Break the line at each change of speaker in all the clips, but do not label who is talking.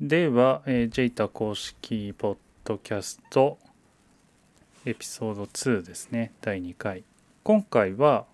では、えー、ジェイタ公式ポッドキャストエピソード2ですね第2回今回は、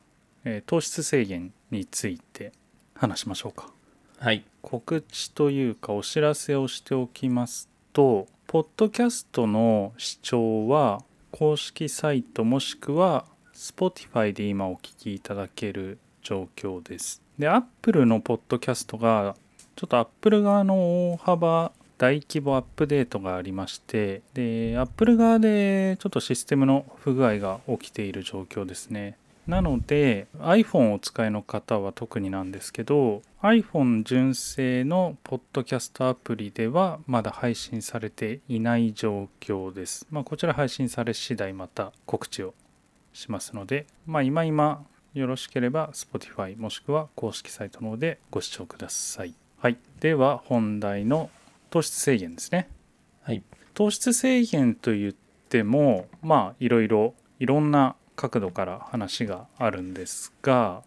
えー糖質制限について話しましょうか
はい
告知というかお知らせをしておきますとポッドキャストの視聴は公式サイトもしくは Spotify で今お聞きいただける状況ですで Apple のポッドキャストがちょっと Apple 側の大幅大規模アップデートがありましてで Apple 側でちょっとシステムの不具合が起きている状況ですねなので iPhone をお使いの方は特になんですけど iPhone 純正のポッドキャストアプリではまだ配信されていない状況です。まあ、こちら配信され次第また告知をしますので、まあ、今今よろしければ Spotify もしくは公式サイトの方でご視聴ください。はい、では本題の糖質制限ですね。
はい
糖質制限といってもまあいろいろいろんな角度から話があるんですが、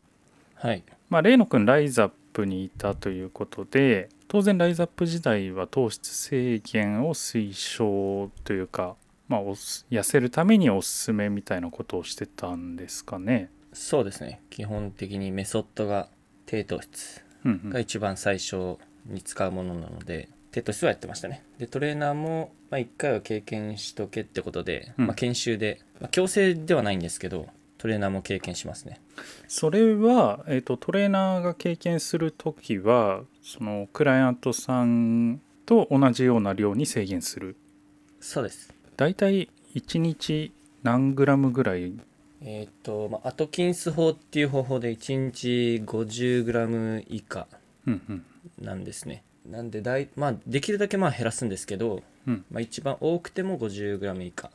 はい
まあ、例のくんライザップにいたということで当然ライザップ時代は糖質制限を推奨というか、まあ、おす痩せるためにおすすめみたいなことをしてたんですかね。
そうですね基本的にメソッドが低糖質
うんうん
が一番最初に使うものなので、低糖質はやってましたねでトレーナーも、まあ、1回は経験しとけってことで、
うん
まあ、研修で、まあ、強制ではないんですけどトレーナーも経験しますね
それは、えー、とトレーナーが経験する時はそのクライアントさんと同じような量に制限する
そうです
大体1日何グラムぐらい
えーっと、まあ、アトキンス法っていう方法で1日 50g 以下
うんうん
なんですねなんでだい、まあ、できるだけまあ減らすんですけど、
うん
まあ、一番多くても 50g 以下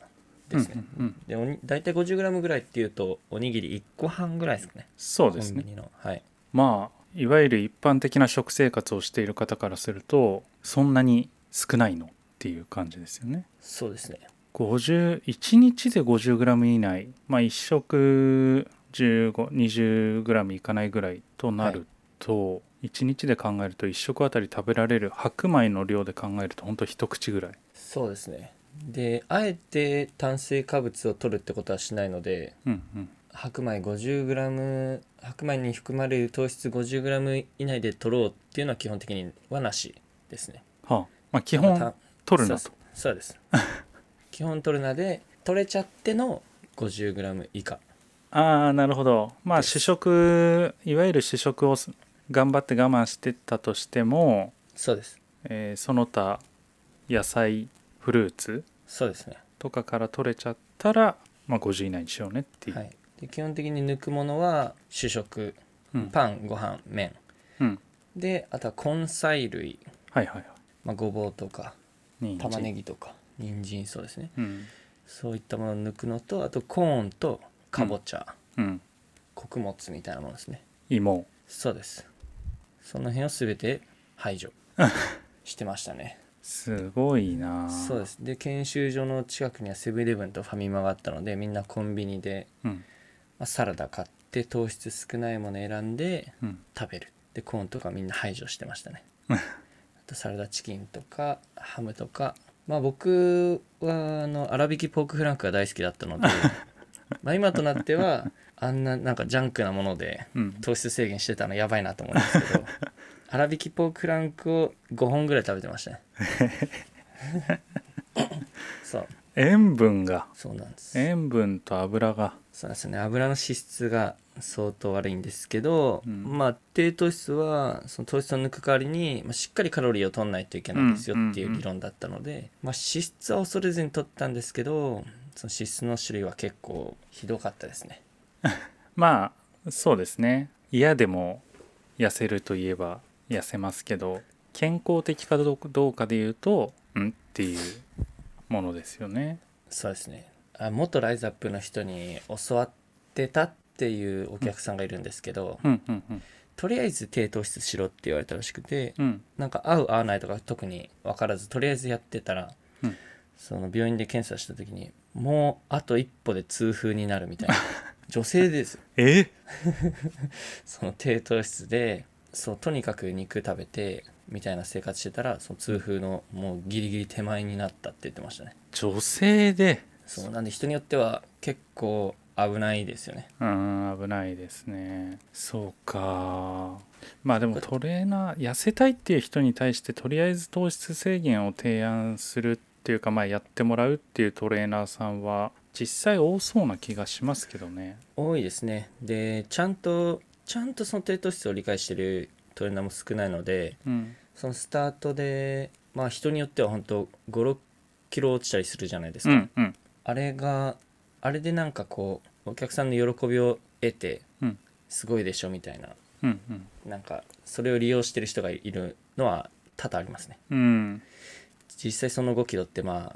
ですね、
うんうんうん
でおに大体 50g ぐらいっていうとおにぎり1個半ぐらいですかね
そうですね
コンビニのはい
まあいわゆる一般的な食生活をしている方からするとそんなに少ないのっていう感じですよね
そうですね
51日で 50g 以内まあ1食 1520g いかないぐらいとなると、1日で考えると1食あたり食べられる白米の量で考えると本当一口ぐらい
そうですねであえて炭水化物を取るってことはしないので
うんうん
白米 50g 白米に含まれる糖質 50g 以内で取ろうっていうのは基本的にはなしですね
はあまあ基
また
本取るなと
そうですそうです 基本取るなで取れちゃっての 50g 以下
ああなるほどまあ
で
主
す
食いわゆる主食をす頑張って我慢してたとしても、
そうです
えーその他野菜フルーツ
そうですね
とかから取れちゃったら、まあ、50以内にしようねっていう、
はいで基本的に抜くものは主食
うん
パンご飯麺
うん、
であとは根菜類、
はいはいはい
まあ、ごぼうとか
人参
玉ねぎとか人参そうですね
うん
そういったものを抜くのとあとコーンとかぼちゃ、
うん
穀物みたいなものですね
芋
そうですその辺を全て 排除してましたね
すごいな、
そうですすで研修所の近くにはセブンイレブンとファミマがあったのでみんなコンビニで、
うん
まあ、サラダ買って糖質少ないもの選んで
うん、
食べるでコーンとかみんな排除してましたね
うん
あとサラダチキンとかハムとかまあ僕はあの粗挽きポークフランクが大好きだったのでまあ今となってはあんななんかジャンクなもので
うん、
糖質制限してたのやばいなと思うんですけど粗挽きポークフランクを5本ぐらい食べてましたねそう
塩分が
そうなんです
塩分と油が
そうなんですよね油の脂質が相当悪いんですけど、
うん
まあ低糖質はその糖質を抜く代わりに、まあ、しっかりカロリーを取らないといけないんですよってい
ん
う
うんう
う
ん
理論だったので、まあ、脂質は恐れずに取ったんですけどその脂質の種類は結構ひどかったですね
まあそうですね嫌でも痩せるといえば痩せますけど健康的かどうどうかでいうとんっていうものですよね
そうですねあ元ライズアップの人に教わってたっていうお客さんがいるんですけど、
うんうんうん
とりあえず低糖質しろって言われたらしくて、
うん
なんか合う合わないとか特に分からずとりあえずやってたら、
うん
その病院で検査した時にもうあと一歩で痛風になるみ たいな女性です
え
その低糖質でそうとにかく肉食べてみたいな生活してたらその痛風のもうギリギリ手前になったって言ってましたね
女性で
そうなんで人によっては結構危ないですよね
うん危ないですねそうかまあでもトレーナー痩せたいっていう人に対してとりあえず糖質制限を提案するっていうかまあやってもらうっていうトレーナーさんは実際多そうな気がしますけどね
多いですねでちゃんとちゃんとその低糖質を理解してるトレーナーも少ないので
うん
そのスタートでまあ人によっては本当5 6キロ落ちたりするじゃないです
う
か、
んうん
あれがあれでなんかこうお客さんの喜びを得て、
うん
すごいでしょみたいな
うんうん
なんかそれを利用してる人がいるのは多々ありますね
うん
実際その5キロってまあ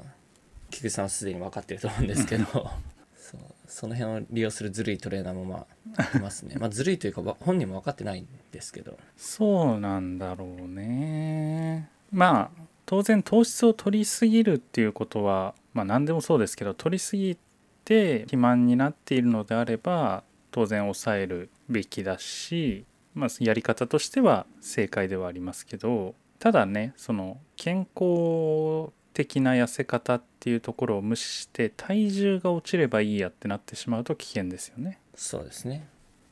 菊池さんはすでに分かってると思うんですけど そうその辺を利用するずるいトレーナーもまあいますねまあずるいというかわ本人も分かってないんですけど
そうなんだろうねまあ当然糖質を取りすぎるっていうことはまあ何でもそうですけど取りすぎて肥満になっているのであれば当然抑えるべきだし、まあ、やり方としては正解ではありますけどただねその健康的な痩せ方っていうところを無視して体重が落ちればいいやってなってしまうと危険ですよね。
そうですね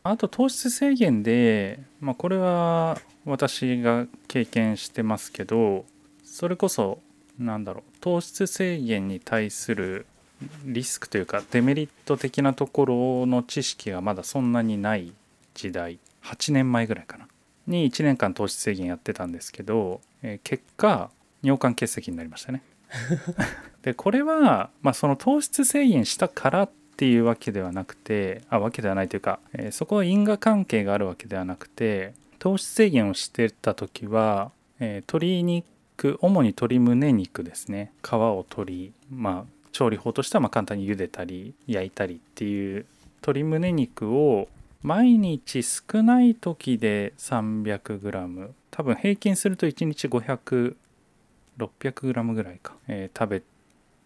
あと糖質制限で、まあ、これは私が経験してますけどそれこそなんだろう糖質制限に対するリスクというかデメリット的なところの知識がまだそんなにない時代8年前ぐらいかなに1年間糖質制限やってたんですけど、えー結果尿管結石になりましたね。でこれは、まあ、その糖質制限したからっていうわけではなくてあわけではないというか、えーそこは因果関係があるわけではなくて糖質制限をしてた時は、えー鶏肉主に鶏胸肉ですね皮を取りまあ調理法としてはまあ簡単に茹でたり焼いたりっていう鶏胸肉を毎日少ない時で 300g 多分平均すると1日 500600g ぐらいか、えー食べ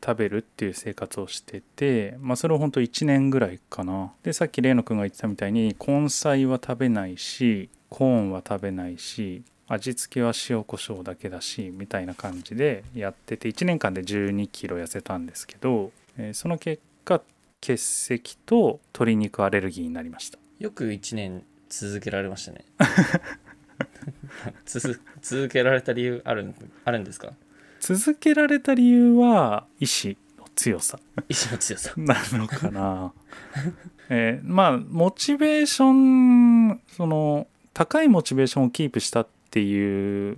食べるっていう生活をしてて、まあ、それを本当1年ぐらいかなでさっきレイノ君が言ってたみたいに根菜は食べないしコーンは食べないし味付けは塩コショウだけだしみたいな感じでやってて1年間で1 2キロ痩せたんですけど、えーその結果血石と鶏肉アレルギーになりました
よく1年続けられましたね 続続けられた理由あるんあるんですか
続けられた理由は意志の強さ
意志の強さ
なのかな えーまあモチベーションその高いモチベーションをキープしたっていう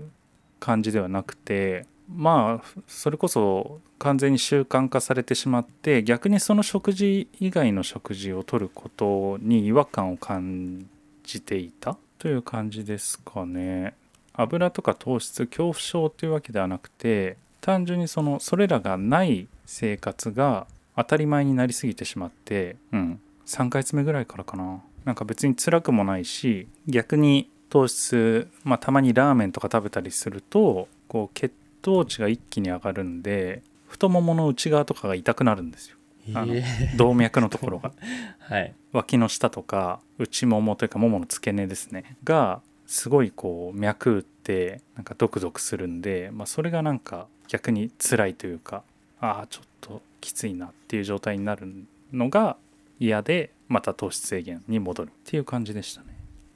感じではなくてまあそれこそ完全に習慣化されてしまって逆にその食事以外の食事を取ることに違和感を感じていたという感じですかね。油とか糖質恐怖症というわけではなくて単純にそのそれらがない生活が当たり前になりすぎてしまって、うん、3ヶ月目ぐらいからかななんか別に辛くもないし逆に糖質、まあ、たまにラーメンとか食べたりするとこう血糖値が一気に上がるんで太ももの内側とかが痛くなるんですよあの
ええ
動脈のところが
はい
脇の下とか内ももというかももの付け根ですねがすごいこう脈打ってなんかドクドクするんで、まあ、それがなんか逆に辛いというかああちょっときついなっていう状態になるのが嫌でまた糖質制限に戻るっていう感じでしたね。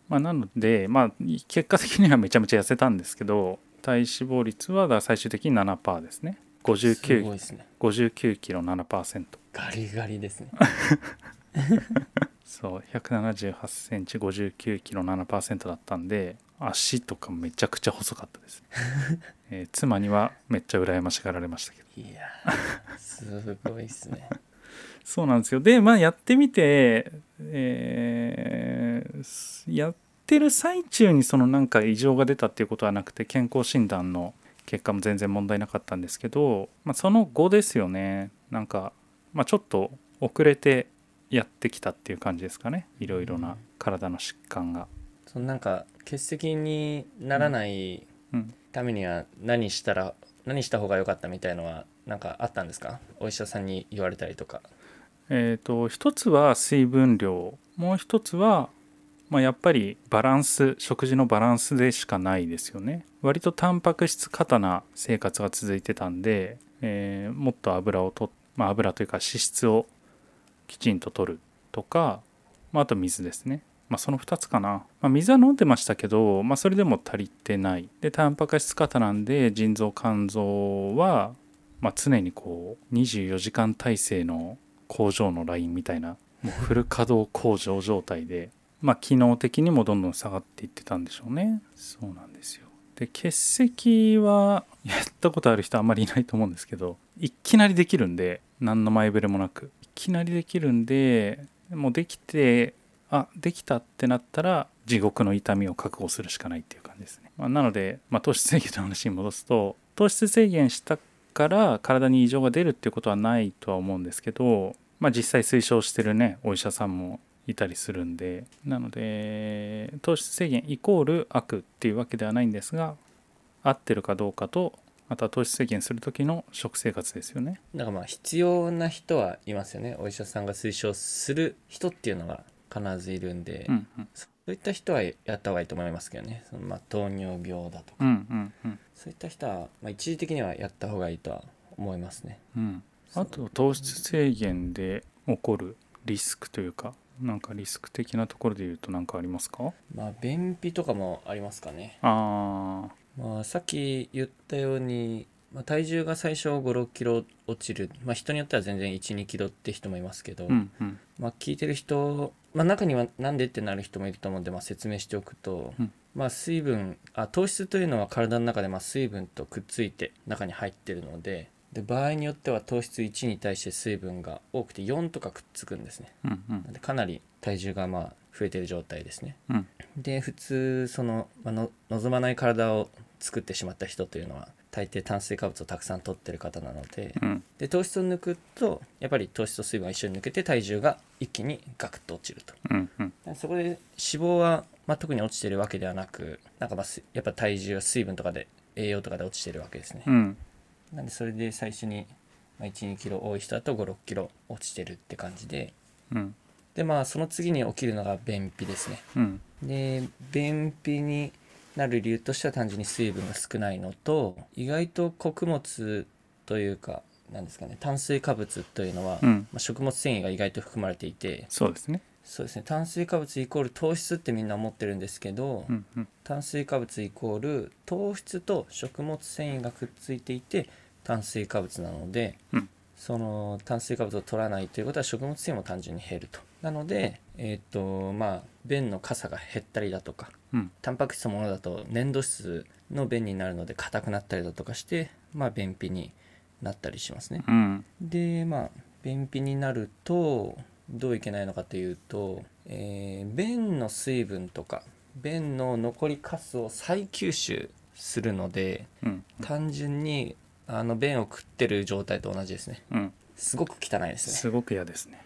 まあ、なので、まあ、結果的にはめちゃめちゃ痩せたんですけど体脂肪率はだから最終的に7%ですね
すごい
59
ですね
59キロ7%。
ガリガリですね
そう178センチ59キロ7%だったんで足とかめちゃくちゃ細かったです、えー妻にはめっちゃ羨ましがられましたけど
いやーすごいっすね。
そうなんですよでまあやってみて、えーすやってる最中にそのなんか異常が出たっていうことはなくて健康診断の結果も全然問題なかったんですけど、まあ、その後ですよねなんか、まあ、ちょっと遅れてやってきたっていう感じですかねいろいろな体の疾患が。
そのなんか欠席にならない
うん
ためには何したら何した方が良かったみたいのはなんかあったんですか？お医者さんに言われたりとか。
えー、と一つは水分量もう一つはまあ、やっぱりバランス食事のバランスでしかないですよね割とタンパク質過多な生活が続いてたんで、えーもっと油をと、まあ、油というか脂質をきちんと取るとか、まあ、あと水ですね、まあ、その2つかな、まあ、水は飲んでましたけど、まあ、それでも足りてないでタンパク質過多なんで腎臓肝臓は、まあ、常にこう24時間体制の工場のラインみたいなもうフル稼働工場状態でまあ、機能的にもどんどん下がっていってたんでしょうねそうなんですよで欠席はやったことある人あんまりいないと思うんですけどいきなりできるんで何の前触れもなくいきなりできるんでもうできてあできたってなったら地獄の痛みを覚悟するしかないっていう感じですね、まあなので、まあ、糖質制限の話に戻すと糖質制限したから体に異常が出るっていうことはないとは思うんですけど、まあ、実際推奨してるねお医者さんもいたりするんでなので糖質制限イコール悪っていうわけではないんですが合ってるかどうかとまた糖質制限する時の食生活ですよね
だからまあ必要な人はいますよねお医者さんが推奨する人っていうのが必ずいるんで、
うんうん
そういった人はやった方がいいと思いますけどねそのまあ糖尿病だと
う
か、
んうんうん
そういった人は、まあ、一時的にはやった方がいいとは思いますね
うんあと糖質制限で起こるリスクというかなんかリスク的なところで言うと何かありますか
まあ便秘とかもありますかね
あー
まあ、さっき言ったように、まあ、体重が最初5 6キロ落ちる、まあ、人によっては全然1 2キロって人もいますけど、
うんうん
まあ、聞いてる人、まあ、中にはなんでってなる人もいると思うんで、まあ、説明しておくと、
うん
まあ、水分あ糖質というのは体の中でまあ水分とくっついて中に入ってるのでで場合によっては糖質1に対して水分が多くて4とかくっつくんですね
うんう
なん
ん
でかなり体重がまあ増えてる状態ですね
うん
で普通その,、まあの望まない体を作ってしまった人というのは大抵炭水化物をたくさん取ってる方なので
うん
で糖質を抜くとやっぱり糖質と水分が一緒に抜けて体重が一気にガクッと落ちると
うんうん
でそこで脂肪は、まあ、特に落ちてるわけではなくなんかまあすやっぱ体重は水分とかで栄養とかで落ちてるわけですね
うん
なんでそれで最初に1 2キロ多い人だと5 6キロ落ちてるって感じで
うん
でまあその次に起きるのが便秘ですね
うん
で便秘になる理由としては単純に水分が少ないのと意外と穀物というかなんですかね炭水化物というのは、
う
ま
ん
あ、食物繊維が意外と含まれていて
そうですね
そうですね炭水化物イコール糖質ってみんな思ってるんですけど、
うんうん
炭水化物イコール糖質と食物繊維がくっついていて炭水化物なので、
うん
その炭水化物を取らないということは食物繊維も単純に減るとなのでえっ、とまあ便の傘が減ったりだとか
うん
タンパク質のものだと粘土質の便になるので硬くなったりだとかしてまあ便秘になったりしますね
うん
でまあ便秘になるとどういけないのかというと、えー便の水分とか便の残りカスを再吸収するので
うん
単純にあの便を食ってる状態と同じですね
うん
すごく汚いですね
すごく嫌ですね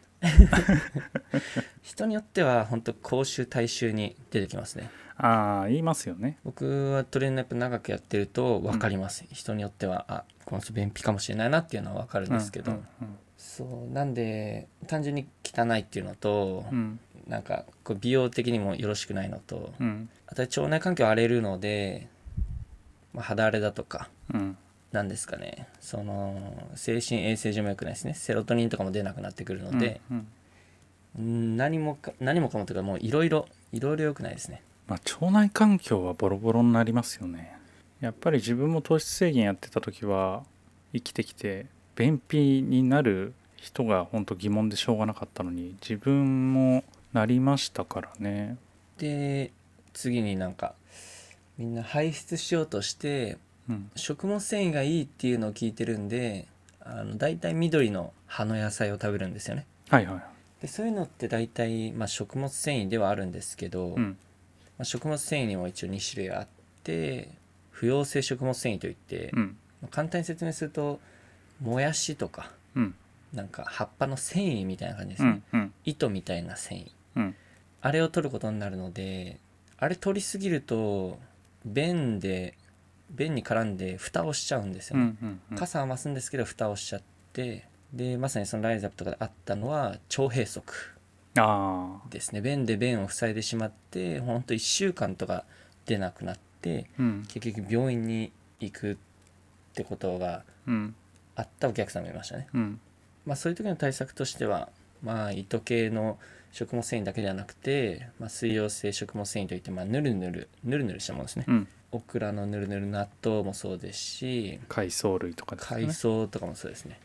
人によっては本当口臭体臭に出てきますね
ああ言いますよね
僕はトレーナーやっぱ長くやってると分かります、人によってはあこの人便秘かもしれないなっていうのは分かるんですけど、
うんうん
そうなんで単純に汚いっていうのと、
うん
なんかこう美容的にもよろしくないのと、
うん
あとは腸内環境荒れるので、まあ、肌荒れだとか
うん
なんですかねその精神衛生上も良くないですねセロトニンとかも出なくなってくるので、
うんうん
うん何もか何もかもというかもういろいろいろいろ良くないですね
まあ、腸内環境はボロボロになりますよねやっぱり自分も糖質制限やってた時は生きてきて便秘になる人が本当疑問でしょうがなかったのに自分もなりましたからね
で次になんかみんな排出しようとして
うん
食物繊維がいいっていうのを聞いてるんであの大体緑の葉の野菜を食べるんですよね
はいはいはい
でそういうのって大体、まあ、食物繊維ではあるんですけど、
う
ま
ん
あ、食物繊維にも一応2種類あって不溶性食物繊維といって、
うん
まあ簡単に説明するともやしとか
うん
なんか葉っぱの繊維みたいな感じです
う
ね、
んうん
糸みたいな繊維
うん
あれを取ることになるのであれ取りすぎると便で便に絡んで蓋をしちゃうんです
う
よね、
んうんうん
傘は増すんですけど蓋をしちゃってでまさにそのライズアップとかであったのは腸閉塞
ああ
ですね便で便を塞いでしまってほんと1週間とか出なくなって
うん
結局病院に行くってことが
うん
あったお客さんもいましたね、
うん
まあ、そういう時の対策としては、まあ、糸系の食物繊維だけではなくて、まあ、水溶性食物繊維といって、まあ、ぬるぬるぬるぬるしたものですね
うん
オクラのぬるぬる納豆もそうですし
海藻類とかですね
海藻とかもそうですね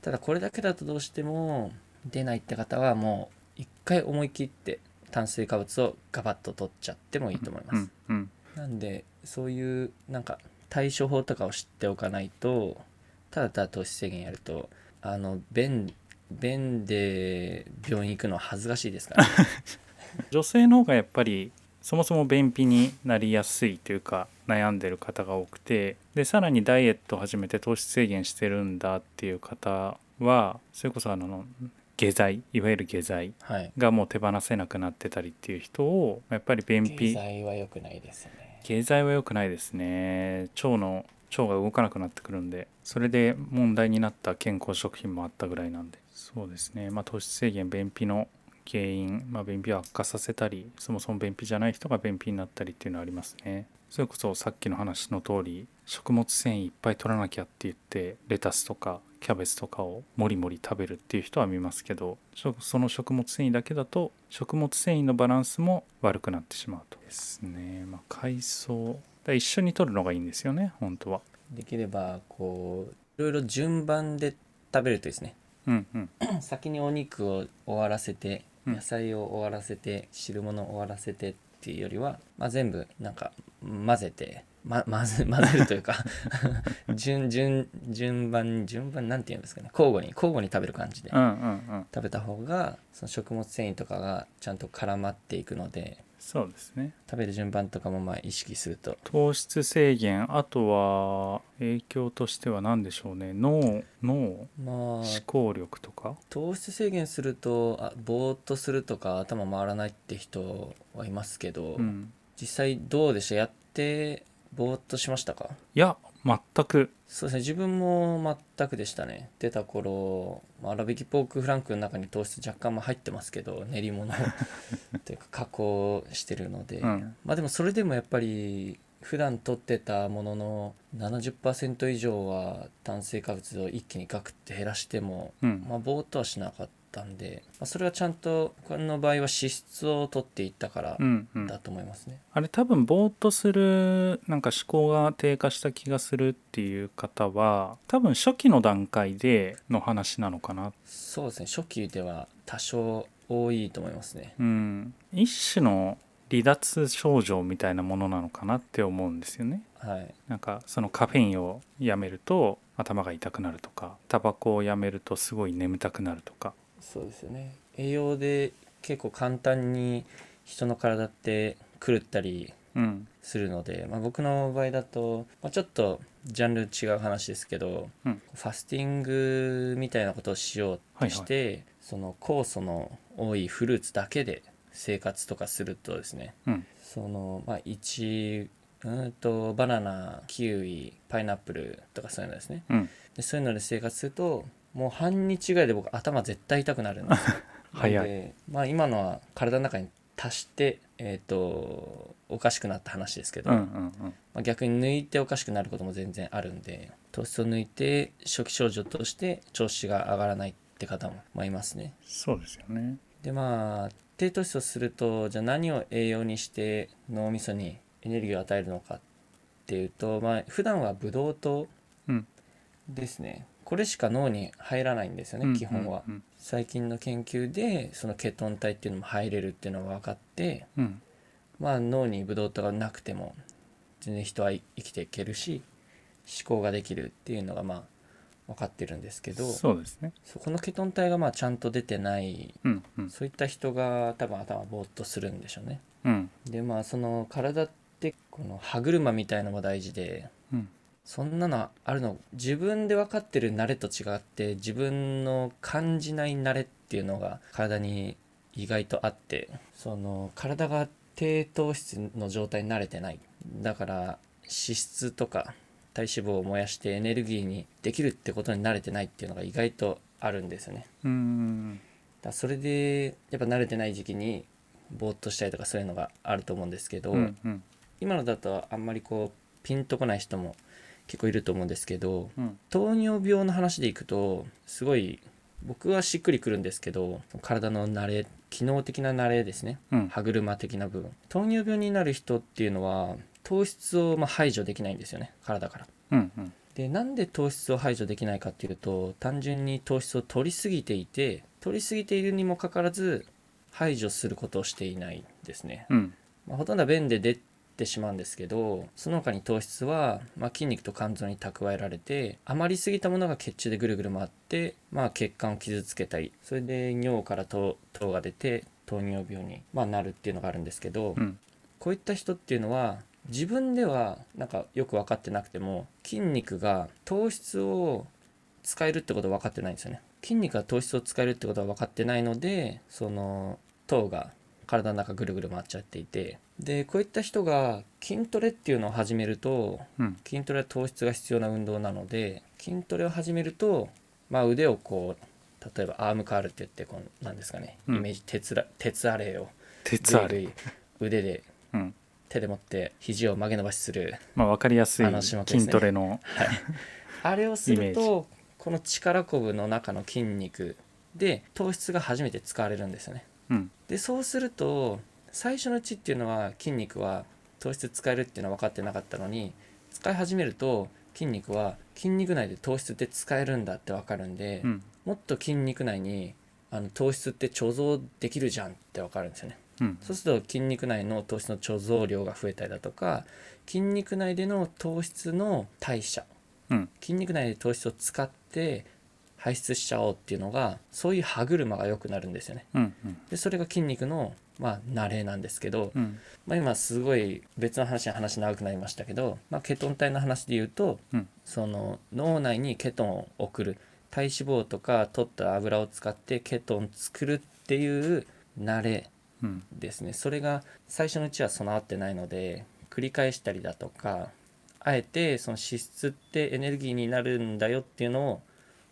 ただこれだけだとどうしても出ないって方はもう一回思い切って炭水化物をガバッと取っちゃってもいいと思います、
うんうん
なんでそういうなんか対処法とかを知っておかないとただただ糖質制限やるとあの便便で病院行くのは恥ずかしいですから、ね、
女性の方がやっぱりそもそも便秘になりやすいというか悩んでる方が多くてでさらにダイエットを始めて糖質制限してるんだっていう方はそれこそあの下剤いわゆる下剤
はい
がもう手放せなくなってたりっていう人をやっぱり便
経
秘
済は良くないですね
下剤は良くないですね腸の腸が動かなくなってくるんでそれで問題になった健康食品もあったぐらいなんでそうですねまあ糖質制限便秘の原因、まあ、便秘を悪化させたりそもそも便秘じゃない人が便秘になったりっていうのはありますねそれこそさっきの話の通り食物繊維いっぱい取らなきゃって言ってレタスとかキャベツとかをもりもり食べるっていう人は見ますけどそその食物繊維だけだと食物繊維のバランスも悪くなってしまうとですねまあ海藻だから一緒に取るのがいいんですよね本当は
できればこういろいろ順番で食べるといいですね
うんうん
先にお肉を終わらせて
うん
野菜を終わらせて汁物を終わらせてっていうよりは、まあ、全部なんか混ぜて、ま、混ぜ 混ぜるというか順順順番に順番なんて言うんですかね交互に交互に食べる感じで
うんうんうん
食べた方がその食物繊維とかがちゃんと絡まっていくので
そうですね
食べる順番とかもまあ意識すると
糖質制限あとは影響としては何でしょうね脳脳
まあ
思考力とか
糖質制限するとあぼーっとするとか頭回らないって人はいますけど、
うん
実際どうでしたやってぼーっとしましたか
いや全く
そうですね自分も全くでしたね出た頃まあ粗挽きポークフランクの中に糖質若干も入ってますけど練 り物というか加工してるので、
うん
まあでもそれでもやっぱり普段取ってたものの70%以上は炭水化物を一気にガクッて減らしても
うん
まあ、ぼーっとはしなかったんで、まあ、それはちゃんと僕の場合は脂質を取っていったから
うんうん
だと思いますね、
あれ多分ぼーっとするなんか思考が低下した気がするっていう方は多分初期の段階での話なのかな
そうですね初期では多少多いと思いますね
うん一種の離脱症状みたいなものなのかなって思うんですよね
はい
なんかそのカフェインをやめると頭が痛くなるとかタバコをやめるとすごい眠たくなるとか
そうですよね栄養で結構簡単に人の体って狂ったり
うん
するので、まあ、僕の場合だと、まあ、ちょっとジャンル違う話ですけど、
うん
ファスティングみたいなことをしようとして、その酵素の多いフルーツだけで生活とかするとですね
うん
そのまあ1うーんとバナナキウイパイナップルとかそういうのですね
うん
でそういうので生活するともう半日ぐらいで僕頭絶対痛くなるんですよ
早い
でまあ今のは体の中に足してえっ、とおかしくなった話ですけど、
うんうんうん
まあ、逆に抜いておかしくなることも全然あるんで糖質を抜いて初期症状として調子が上がらないって方もまあいますね
そうですよね
でまあ低糖質をするとじゃあ何を栄養にして脳みそにエネルギーを与えるのかっていうとまあ普段はブドウ糖
うん
ですね、これしか脳に入らないんですよね、基本は、
うん
最近の研究でそのケトン体っていうのも入れるっていうのが分かって
うんうん
まあ脳にブドウ糖がなくても全然人は生きていけるし思考ができるっていうのがまあ分かってるんですけどそ
そうですね
このケトン体がまあちゃんと出てない
うんうん
そういった人が多分頭ぼーっとするんでしょうね
うん
でまあその体ってこの歯車みたいのも大事で
うん
そんなのあるの自分で分かってる慣れと違って自分の感じない慣れっていうのが体に意外とあってその体が低糖質の状態に慣れてないだから脂質とか体脂肪を燃やしてエネルギーにできるってことに慣れてないっていうのが意外とあるんですよね
うん
らそれでやっぱ慣れてない時期にぼーっとしたりとかそういうのがあると思うんですけど、
うんうん
今のだとあんまりこうピンとこない人も結構いると思うんですけど
うん
糖尿病の話でいくとすごい僕はしっくりくるんですけど体の慣れ機能的な慣れですね
うん
歯車的な部分糖尿病になる人っていうのは糖質をまあ排除できないんですよね体から
うんうん
でなんで糖質を排除できないかっていうと単純に糖質を取りすぎていて取りすぎているにもかかわらず排除することをしていないんですね、
うん
まあ、ほとんどは便で出てしまうんですけどその他に糖質は、まあ、筋肉と肝臓に蓄えられて余りすぎたものが血中でぐるぐる回って、まあ、血管を傷つけたりそれで尿から糖糖が出て糖尿病に、まあ、なるっていうのがあるんですけど、
うん
こういった人っていうのは自分ではなんかよく分かってなくても筋肉が糖質を使えるってことは分かってないんですよね筋肉が糖質を使えるってことは分かってないのでその糖が体の中ぐるぐる回っちゃっていてでこういった人が筋トレっていうのを始めると
うん
筋トレは糖質が必要な運動なので筋トレを始めると、まあ、腕をこう例えばアームカールって言ってこうなんですかね、
うん
イメージ鉄ら鉄アレイを
鉄あれ
ぐいぐい腕で
うん
手で持って肘を曲げ伸ばしする
まあ分かりやすい
あの種目ですね
筋トレの
あれをす
イメー
るとこの力こぶの中の筋肉で糖質が初めて使われるんですよね
うん
でそうすると最初のうちっていうのは筋肉は糖質使えるっていうのは分かってなかったのに使い始めると筋肉は筋肉内で糖質って使えるんだって分かるんで、
うん
もっと筋肉内にあの糖質って貯蔵できるじゃんって分かるんですよね
うん
そうすると筋肉内の糖質の貯蔵量が増えたりだとか筋肉内での糖質の代謝
うん
筋肉内で糖質を使って排出しちゃおうっていうのがそういう歯車が良くなるんですよね
うん
でそれが筋肉のまあ慣れなんですけど、
うん
まあ、今すごい別の話に話長くなりましたけど、まあ、ケトン体の話で言うと
うん
その脳内にケトンを送る体脂肪とか取った油を使ってケトン作るっていう慣れ
うん
ですねそれが最初のうちは備わってないので繰り返したりだとかあえてその脂質ってエネルギーになるんだよっていうのを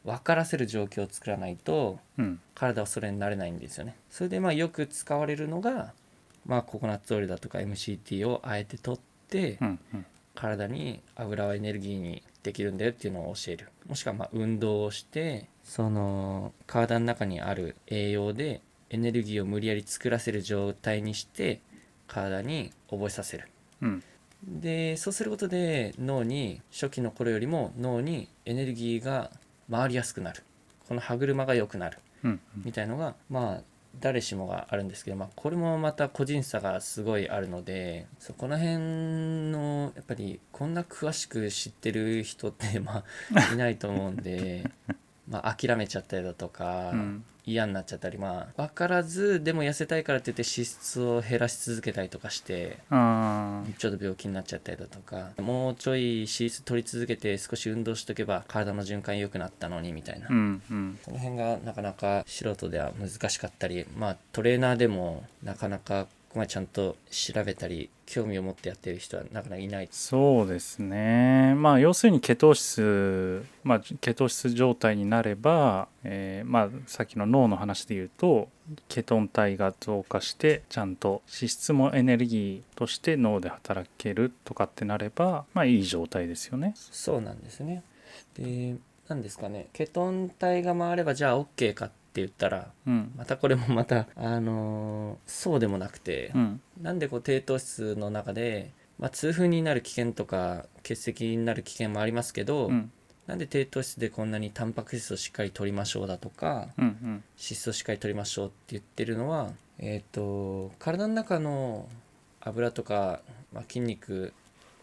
分からせる状況を作らないと
うん
体はそれになれないんですよねそれでまあよく使われるのが、まあ、ココナッツオイルだとか MCT をあえて取って
うんうん
体に油はエネルギーにできるんだよっていうのを教えるもしくはまあ運動をしてその体の中にある栄養でエネルギーを無理やり作らせる状態にして体に覚えさせる
うん
でそうすることで脳に初期の頃よりも脳にエネルギーが回りやすくなるこの歯車が良くなる
うん
みたいのがまあ誰しもがあるんですけど、まあ、これもまた個人差がすごいあるのでそこの辺のやっぱりこんな詳しく知ってる人って まあいないと思うんで まあ諦めちゃったりだとか、
うん
嫌になっちゃったりまあ分からずでも痩せたいからって言って脂質を減らし続けたりとかして
あ
ちょっと病気になっちゃったりだとかもうちょい脂質取り続けて少し運動しとけば体の循環良くなったのにみたいな
ーうんうん
その辺がなかなか素人では難しかったり、まあトレーナーでもなかなかここまでちゃんと調べたり、興味を持ってやってる人はなかなかいない。
そうですねまあ要するにケト質、まあ、ケト質状態になれば、えーまあ、さっきの脳の話で言うとケトン体が増加してちゃんと脂質もエネルギーとして脳で働けるとかってなればまあいい状態ですよね。
そうなんですね。で、なんですかね、ケトン体が回ればじゃあ OK かって言ったら、
うん
またこれもまた、あのーそうでもなくて
う、ん
なんでこう低糖質の中で、まあ、痛風になる危険とか血石になる危険もありますけど、
うん
なんで低糖質でこんなにタンパク質をしっかり取りましょうだとか、
うんうん
脂質をしっかり取りましょうって言ってるのは、えー、と体の中の油とか、まあ、筋肉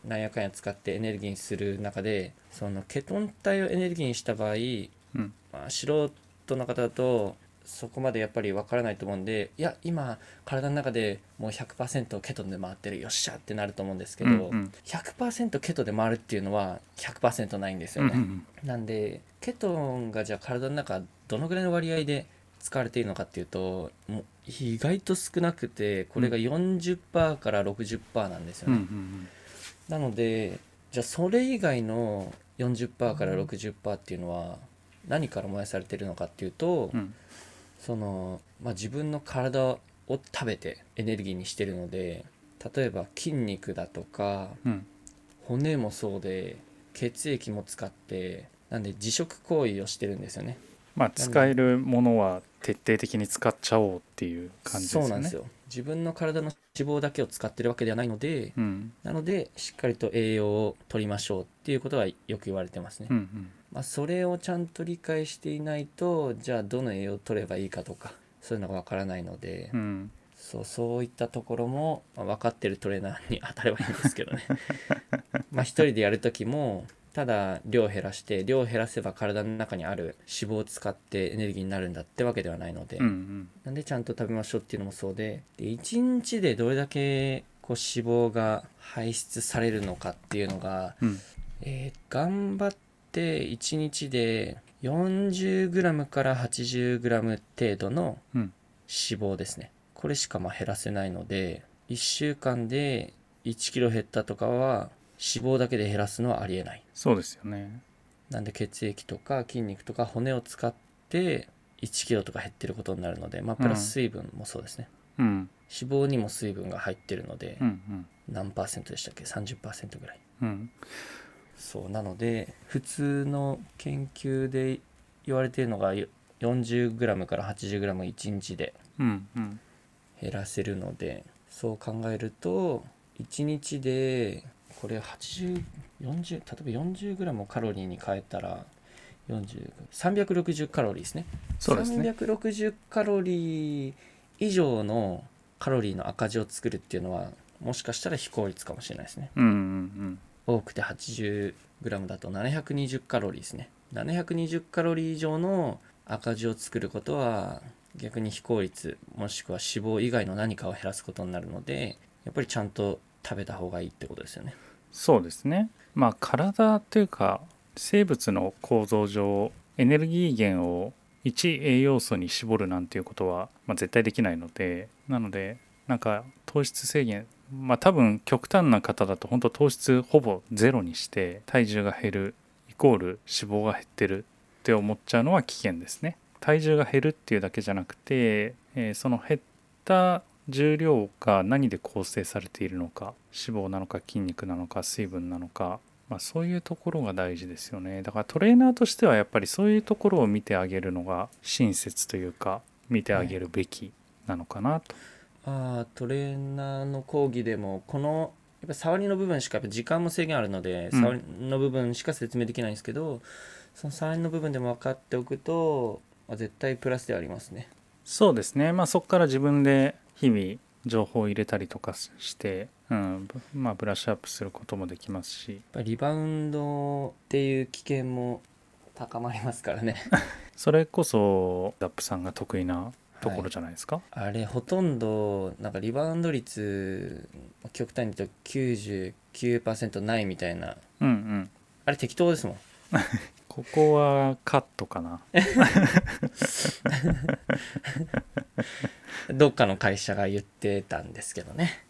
なんやかんや使ってエネルギーにする中でそのケトン体をエネルギーにした場合、
うん
まあ、素人の方だとそこまでやっぱりわからないと思うんでいや今体の中でもう100%ケトンで回ってるよっしゃってなると思うんですけど、
うんうん
100%ケトで回るっていうのは100%ないんです
う
よ
ん
ね。
うん
なんでケトンがじゃあ体の中どのぐらいの割合で使われているのかっていうともう意外と少なくてこれが40%から60%なんですよ
うんう
ね、
ん
なのでじゃあそれ以外の40%から60%っていうのは何から燃やされているのかっていうと、
うん
その、まあ、自分の体を食べてエネルギーにしてるので例えば筋肉だとか
うん
骨もそうで血液も使ってなんで自食行為をしてるんですよね
まあ使えるものは徹底的に使っちゃおうっていう感じですよね
そうなんですよ自分の体の脂肪だけを使ってるわけではないので
うん
なのでしっかりと栄養を取りましょうっていうことはよく言われてますね、
うんうん
まあ、それをちゃんと理解していないとじゃあどの栄養を取ればいいかとかそういうのがわからないので、
うん
そうそういったところも、まあ分かってるトレーナーに当たればいいんです けどねまあ一人でやる時もただ量を減らして量を減らせば体の中にある脂肪を使ってエネルギーになるんだってわけではないので、
うんうん
なんでちゃんと食べましょうっていうのもそうでで1日でどれだけこう脂肪が排出されるのかっていうのが、
うん
えー頑張って1日で 40g から 80g 程度の
うん
脂肪ですね、これしかまあ減らせないので1週間で 1kg 減ったとかは脂肪だけで減らすのはありえない
そうですよね
なんで血液とか筋肉とか骨を使って1キロとか減ってることになるので、まあ、プラス水分もそうですね、
うん
脂肪にも水分が入ってるので、
うんうん
何パーセントでしたっけ30%ぐらい
うん
そうなので普通の研究で言われてるのが 40g から 80g1 日で
うんうん
減らせるのでそう考えると1日でこれ8040例えば 40g をカロリーに変えたら40 360カロリーですね
そうですね
360カロリー以上のカロリーの赤字を作るっていうのはもしかしたら非効率かもしれないですね
うんうん
多くて 80g だと720カロリーですね720カロリー以上の赤字を作ることは逆に非効率もしくは脂肪以外の何かを減らすことになるのでやっぱりちゃんと食べた方がいいってことですよね
そうですねまあ体というか生物の構造上エネルギー源を1栄養素に絞るなんていうことは、まあ、絶対できないのでなのでなんか糖質制限まあ多分極端な方だと本当糖質ほぼゼロにして体重が減るイコール脂肪が減ってるって思っちゃうのは危険ですね体重が減るっていうだけじゃなくて、えーその減った重量が何で構成されているのか脂肪なのか筋肉なのか水分なのか、まあ、そういうところが大事ですよねだからトレーナーとしてはやっぱりそういうところを見てあげるのが親切というか見てあげるべきなのかなと、
あートレーナーの講義でもこのやっぱ触りの部分しかやっぱ時間も制限あるので、
うん
触りの部分しか説明できないんですけどその触りの部分でも分かっておくとあ絶対プラスではありますね
そうですねまあそこから自分で日々情報を入れたりとかして、うんまあ、ブラッシュアップすることもできますし
やっぱリバウンドっていう危険も高まりますからね
それこそダップさんが得意なところじゃないですか、
あれほとんどなんかリバウンド率極端に言うと99%ないみたいな
うんうん
あれ適当ですもん
ここはカットかな
どっかの会社が言ってたんですけど ね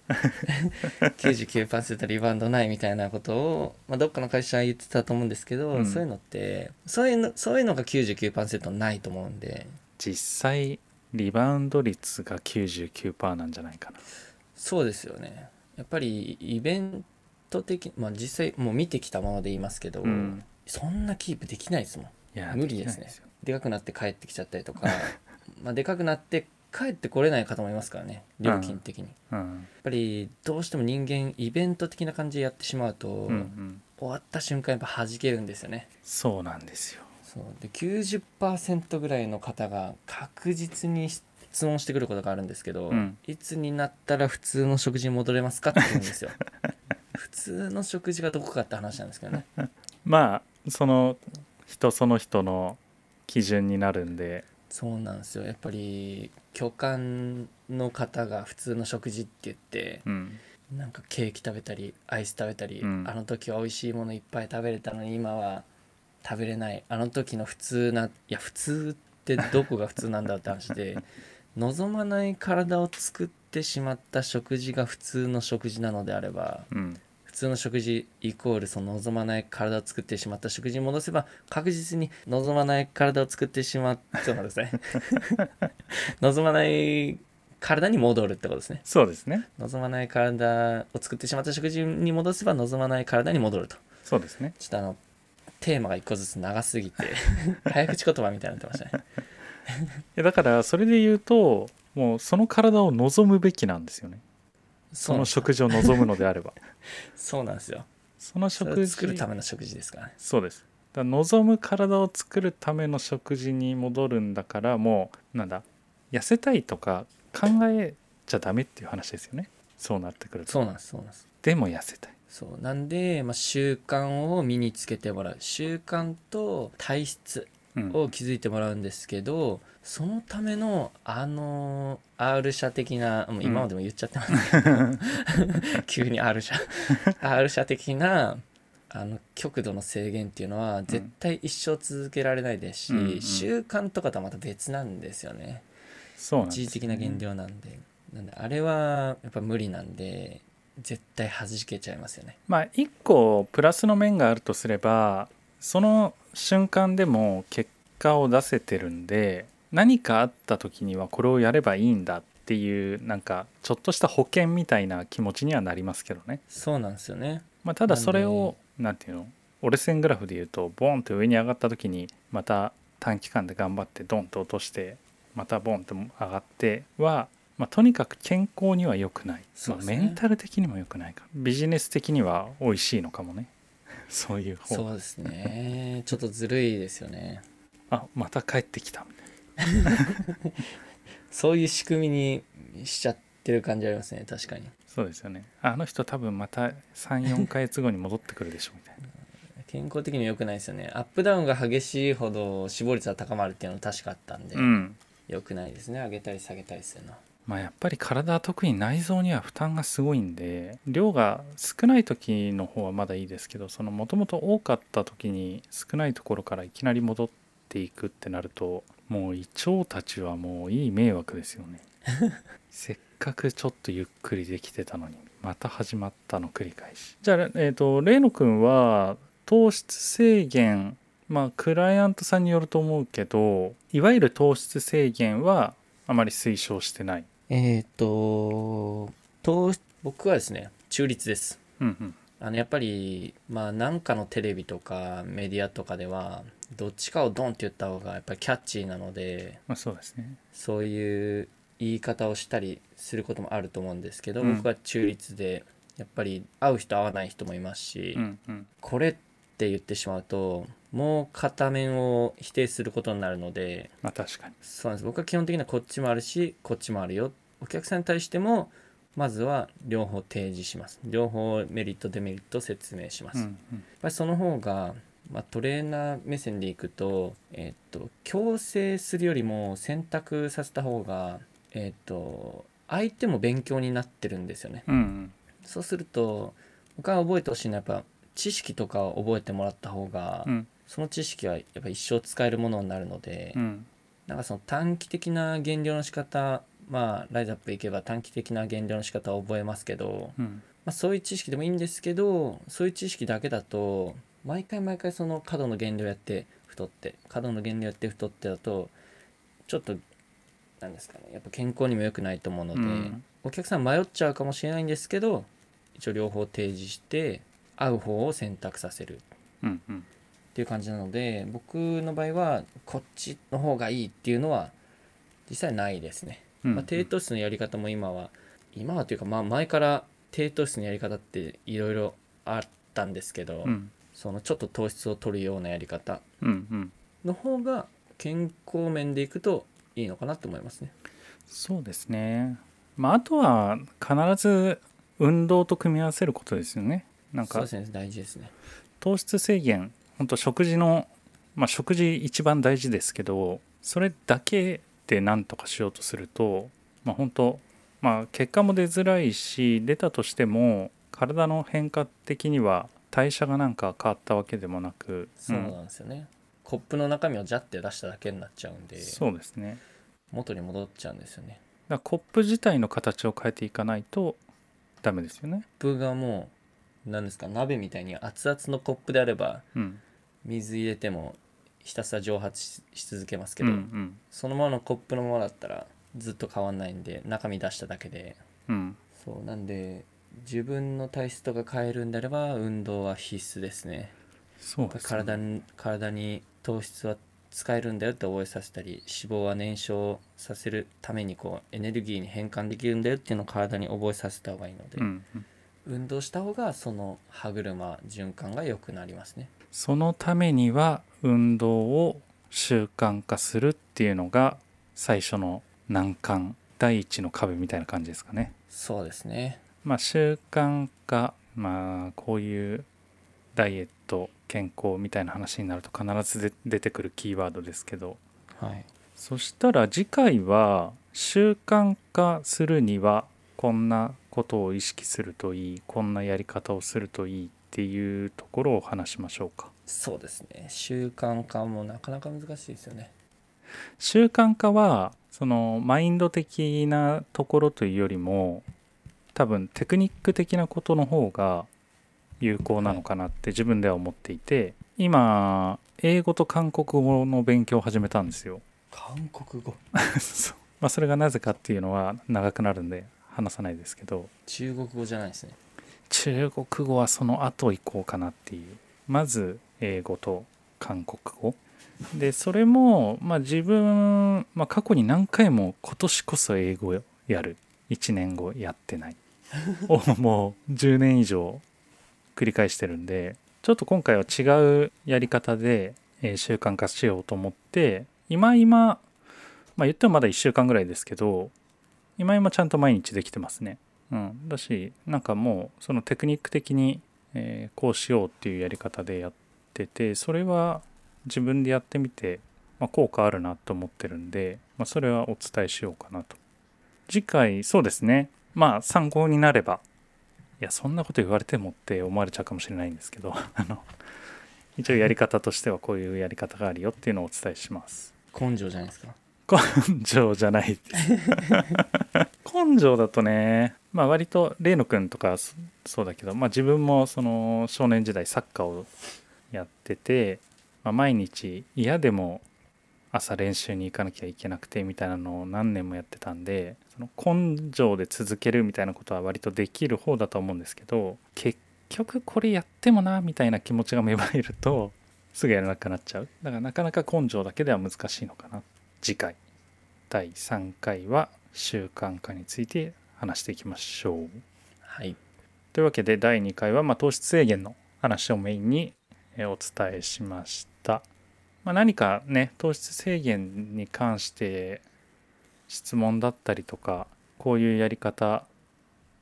99%リバウンドないみたいなことを、まあ、どっかの会社は言ってたと思うんですけど、
うん
そういうのってそういうのそういうのが99%ないと思うんで
実際リバウンド率が99%なんじゃないかな
そうですよねやっぱりイベント的、まあ、実際もう見てきたもので言いますけど、
うん
そんなキープできないですもん
いや
無理ですね
きないよ
でかくなって帰ってきちゃったりと かまあでかくなって帰ってこれない方もいますからね料金的に、や
うん
っぱりどうしても人間イベント的な感じでやってしまうと、
うんうん
終わった瞬間やっぱ弾けるんですよね
そうなんですよ
そうで90%ぐらいの方が確実に質問してくることがあるんですけど、
うん
いつになったら普通の食事に戻れますかって言うんで すよ普通の食事がどこかって話なんですけどね
まあその人その人の基準になるんで
そうなんですよやっぱり巨漢の方が普通の食事って言って
うん
なんかケーキ食べたりアイス食べたり、
うん
あの時は美味しいものいっぱい食べれたのに今は食べれないあの時の普通ないや普通ってどこが普通なんだって話 で望まない体を作ってしまった食事が普通の食事なのであれば
うん
普通の食事イコールその望まない体を作ってしまった食事に戻せば確実に望まない体を作ってしまったそうなんで すね望まない体に戻るってことですね
そうですね
望まない体を作ってしまった食事に戻せば望まない体に戻ると
そうですね
ちょっとあのテーマが一個ずつ長すぎて 早口言葉みたいになってましたね
いやだからそれで言うともうその体を望むべきなんですよねその食事を望むのであれば
そうなんですよ
その
それ
食
を
事
作るための食事ですからね
そうですだから望む体を作るための食事に戻るんだからもうなんだ痩せたいとか考えちゃダメっていう話ですよねそうなってくると
そうなんですそうなんです
でも痩せたい
そうなんで、まあ、習慣を身につけてもらう習慣と体質
うん
を築いてもらうんですけど、そのためのあの R 社的なもう今までも言っちゃってますけど、 急に R 社 R 社的なあの極度の制限っていうのは絶対一生続けられないですし、
うんうん
習慣とかとはまた別なんですよね
そうなんです
一
よね
時的な減量なんで、なんであれはやっぱ無理なんで絶対弾けちゃいますよね
まあ一個プラスの面があるとすればその瞬間でも結果を出せてるんで何かあった時にはこれをやればいいんだっていうなんかちょっとした保険みたいな気持ちにはなりますけどね、
そうなんですよね。
まあ、ただそれを
な
なんていうの折れ線グラフで言うとボンって上に上がった時にまた短期間で頑張ってドンと落としてまたボンと上がっては、まあ、とにかく健康には良くない、
そ
ま
う
あ
です
メ
ね
ンタル的にも良くないかビジネス的には美味しいのかもね そういう方
そうですね。ちょっとずるいですよね。
あまた帰ってきたみたいな
そういう仕組みにしちゃってる感じありますね。確かに。
そうですよねあの人多分また34ヶ月後に戻ってくるでしょみたいな
健康的には良くないですよね。アップダウンが激しいほど死亡率は高まるっていうのは確かあったんで、
うん
良くないですね。上げたり下げたりするのは。
まあやっぱり体は特に内臓には負担がすごいんで量が少ない時の方はまだいいですけどそのもともと多かった時に少ないところからいきなり戻っていくってなるともう胃腸たちはもういい迷惑ですよねせっかくちょっとゆっくりできてたのにまた始まったの繰り返しじゃあ、えー、と例のくんは糖質制限まあクライアントさんによると思うけどいわゆる糖質制限はあまり推奨してない
えっ、と糖質僕はですね、中立です。
うんうん
あのやっぱり、まあ、なんかのテレビとかメディアとかでは、どっちかをドンって言った方がやっぱりキャッチーなので、
まあそうですね。
そういう言い方をしたりすることもあると思うんですけど、
うん
僕は中立でやっぱり会う人会わない人もいますし、
うんうん。
これって言ってしまうともう片面を否定することになるので
まあ確かに。
そうなんです僕は基本的にはこっちもあるしこっちもあるよお客さんに対してもまずは両方提示します両方メリットデメリット説明します、
うん
やっ
うん、
ぱりその方が、まあ、トレーナー目線でいくと,、えっと強制するよりも選択させた方が、えっと相手も勉強になってるんですよね。
うんうん。
そうすると他が覚えてほしいのはやっぱ知識とかを覚えてもらった方が、
うん
その知識はやっぱ一生使えるものになるので、
うん。
なんかその短期的な減量の仕方まあライズアップ行けば短期的な減量の仕方を覚えますけど、
うん。
まあ、そういう知識でもいいんですけどそういう知識だけだと毎回毎回その過度の減量やって太って過度の減量やって太ってだとちょっとなんですかねやっぱ健康にも良くないと思うので、
うん
お客さん迷っちゃうかもしれないんですけど一応両方提示して合う方を選択させる
うんうん。
っていう感じなので僕の場合はこっちの方がいいっていうのは実際ないですね。
うん
まあ、低糖質のやり方も今は今はというかまあ前から低糖質のやり方っていろいろあったんですけど、
うん
そのちょっと糖質を取るようなやり方
うんうん。
の方が健康面でいくといいのかなと思いますね。
そうですね。まああとは必ず運動と組み合わせることですよね。なん
そ
か
うですね大事ですね。
糖質制限、本当食事の、まあ食事一番大事ですけど、それだけでなんとかしようとすると、まあ本当まあ結果も出づらいし、出たとしても体の変化的には代謝がなんか変わったわけでもなく、
そう
うん
なんですよね。コップの中身をジャッて出しただけになっちゃうんで
そうですね
元に戻っちゃうんですよね。
だからコップ自体の形を変えていかないとダメですよね
コップがもう何ですか鍋みたいに熱々のコップであれば
うん
水入れてもひたすら蒸発しし続けますけ
うんう
ど、
ん
そのままのコップのままだったらずっと変わんないんで中身出しただけで
うん
そうなんで自分の体質とか変えるんであれば運動は必須ですね
そうですね
体に体に糖質は使えるんだよって覚えさせたり脂肪は燃焼させるためにこうエネルギーに変換できるんだよっていうのを体に覚えさせた方がいいので、
うんうん
運動した方がその歯車循環が良くなりますね
そのためには運動を習慣化するっていうのが最初の難関第一の壁みたいな感じですかね。
そうですね
まあ、習慣化、まあ、こういうダイエット健康みたいな話になると必ずで出てくるキーワードですけど
はい
そしたら次回は習慣化するにはこんなことを意識するといいこんなやり方をするといいっていうところを話しましょうか。
そうですね習慣化もなかなか難しいですよね
習慣化はそのマインド的なところというよりも多分テクニック的なことの方が有効なのかなって自分では思っていて今英語と韓国語の勉強を始めたんですよ。
韓国語
そうまあ、それがなぜかっていうのは長くなるんで話さないですけど
中国語じゃないですね
中国語はその後行こうかなっていうまず英語と韓国語でそれも、まあ、自分、まあ、過去に何回も今年こそ英語やる1年後やってないをもう10年以上繰り返してるんでちょっと今回は違うやり方で、えー習慣化しようと思って今今、まあ、言ってもまだ1週間ぐらいですけど今今ちゃんと毎日できてますね。うん、だしなんかもうそのテクニック的に、えーこうしようっていうやり方でやっててそれは自分でやってみて、まあ、効果あるなと思ってるんで、まあ、それはお伝えしようかなと次回そうですねまあ参考になればいやそんなこと言われてもって思われちゃうかもしれないんですけど あの一応やり方としてはこういうやり方があるよっていうのをお伝えします
根性じゃないですか
根性じゃない です根性だとねまあ割と例のくんとかそそうだけど、まあ、自分もその少年時代サッカーをやってて、まあ、毎日嫌でも朝練習に行かなきゃいけなくてみたいなのを何年もやってたんでその根性で続けるみたいなことは割とできる方だと思うんですけど結局これやってもなみたいな気持ちが芽生えるとすぐやらなくなっちゃうだからなかなか根性だけでは難しいのかな次回第3回は習慣化について話していきましょう。
はい
というわけで第2回はまあ糖質制限の話をメインにえーお伝えしました。まあ、何かね糖質制限に関して質問だったりとかこういうやり方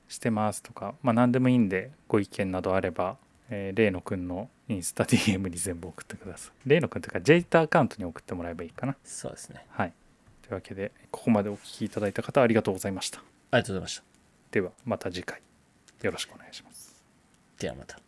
してますとか、まあ、何でもいいんでご意見などあれば、えー、例のくんのインスタ DM に全部送ってください。例のくんというか j イタアカウントに送ってもらえばいいかな。
そうですね
はい。というわけで、ここまでお聞きいただいた方ありがとうございました。
ありがとうございました
では、また次回、よろしくお願いします。
ではまた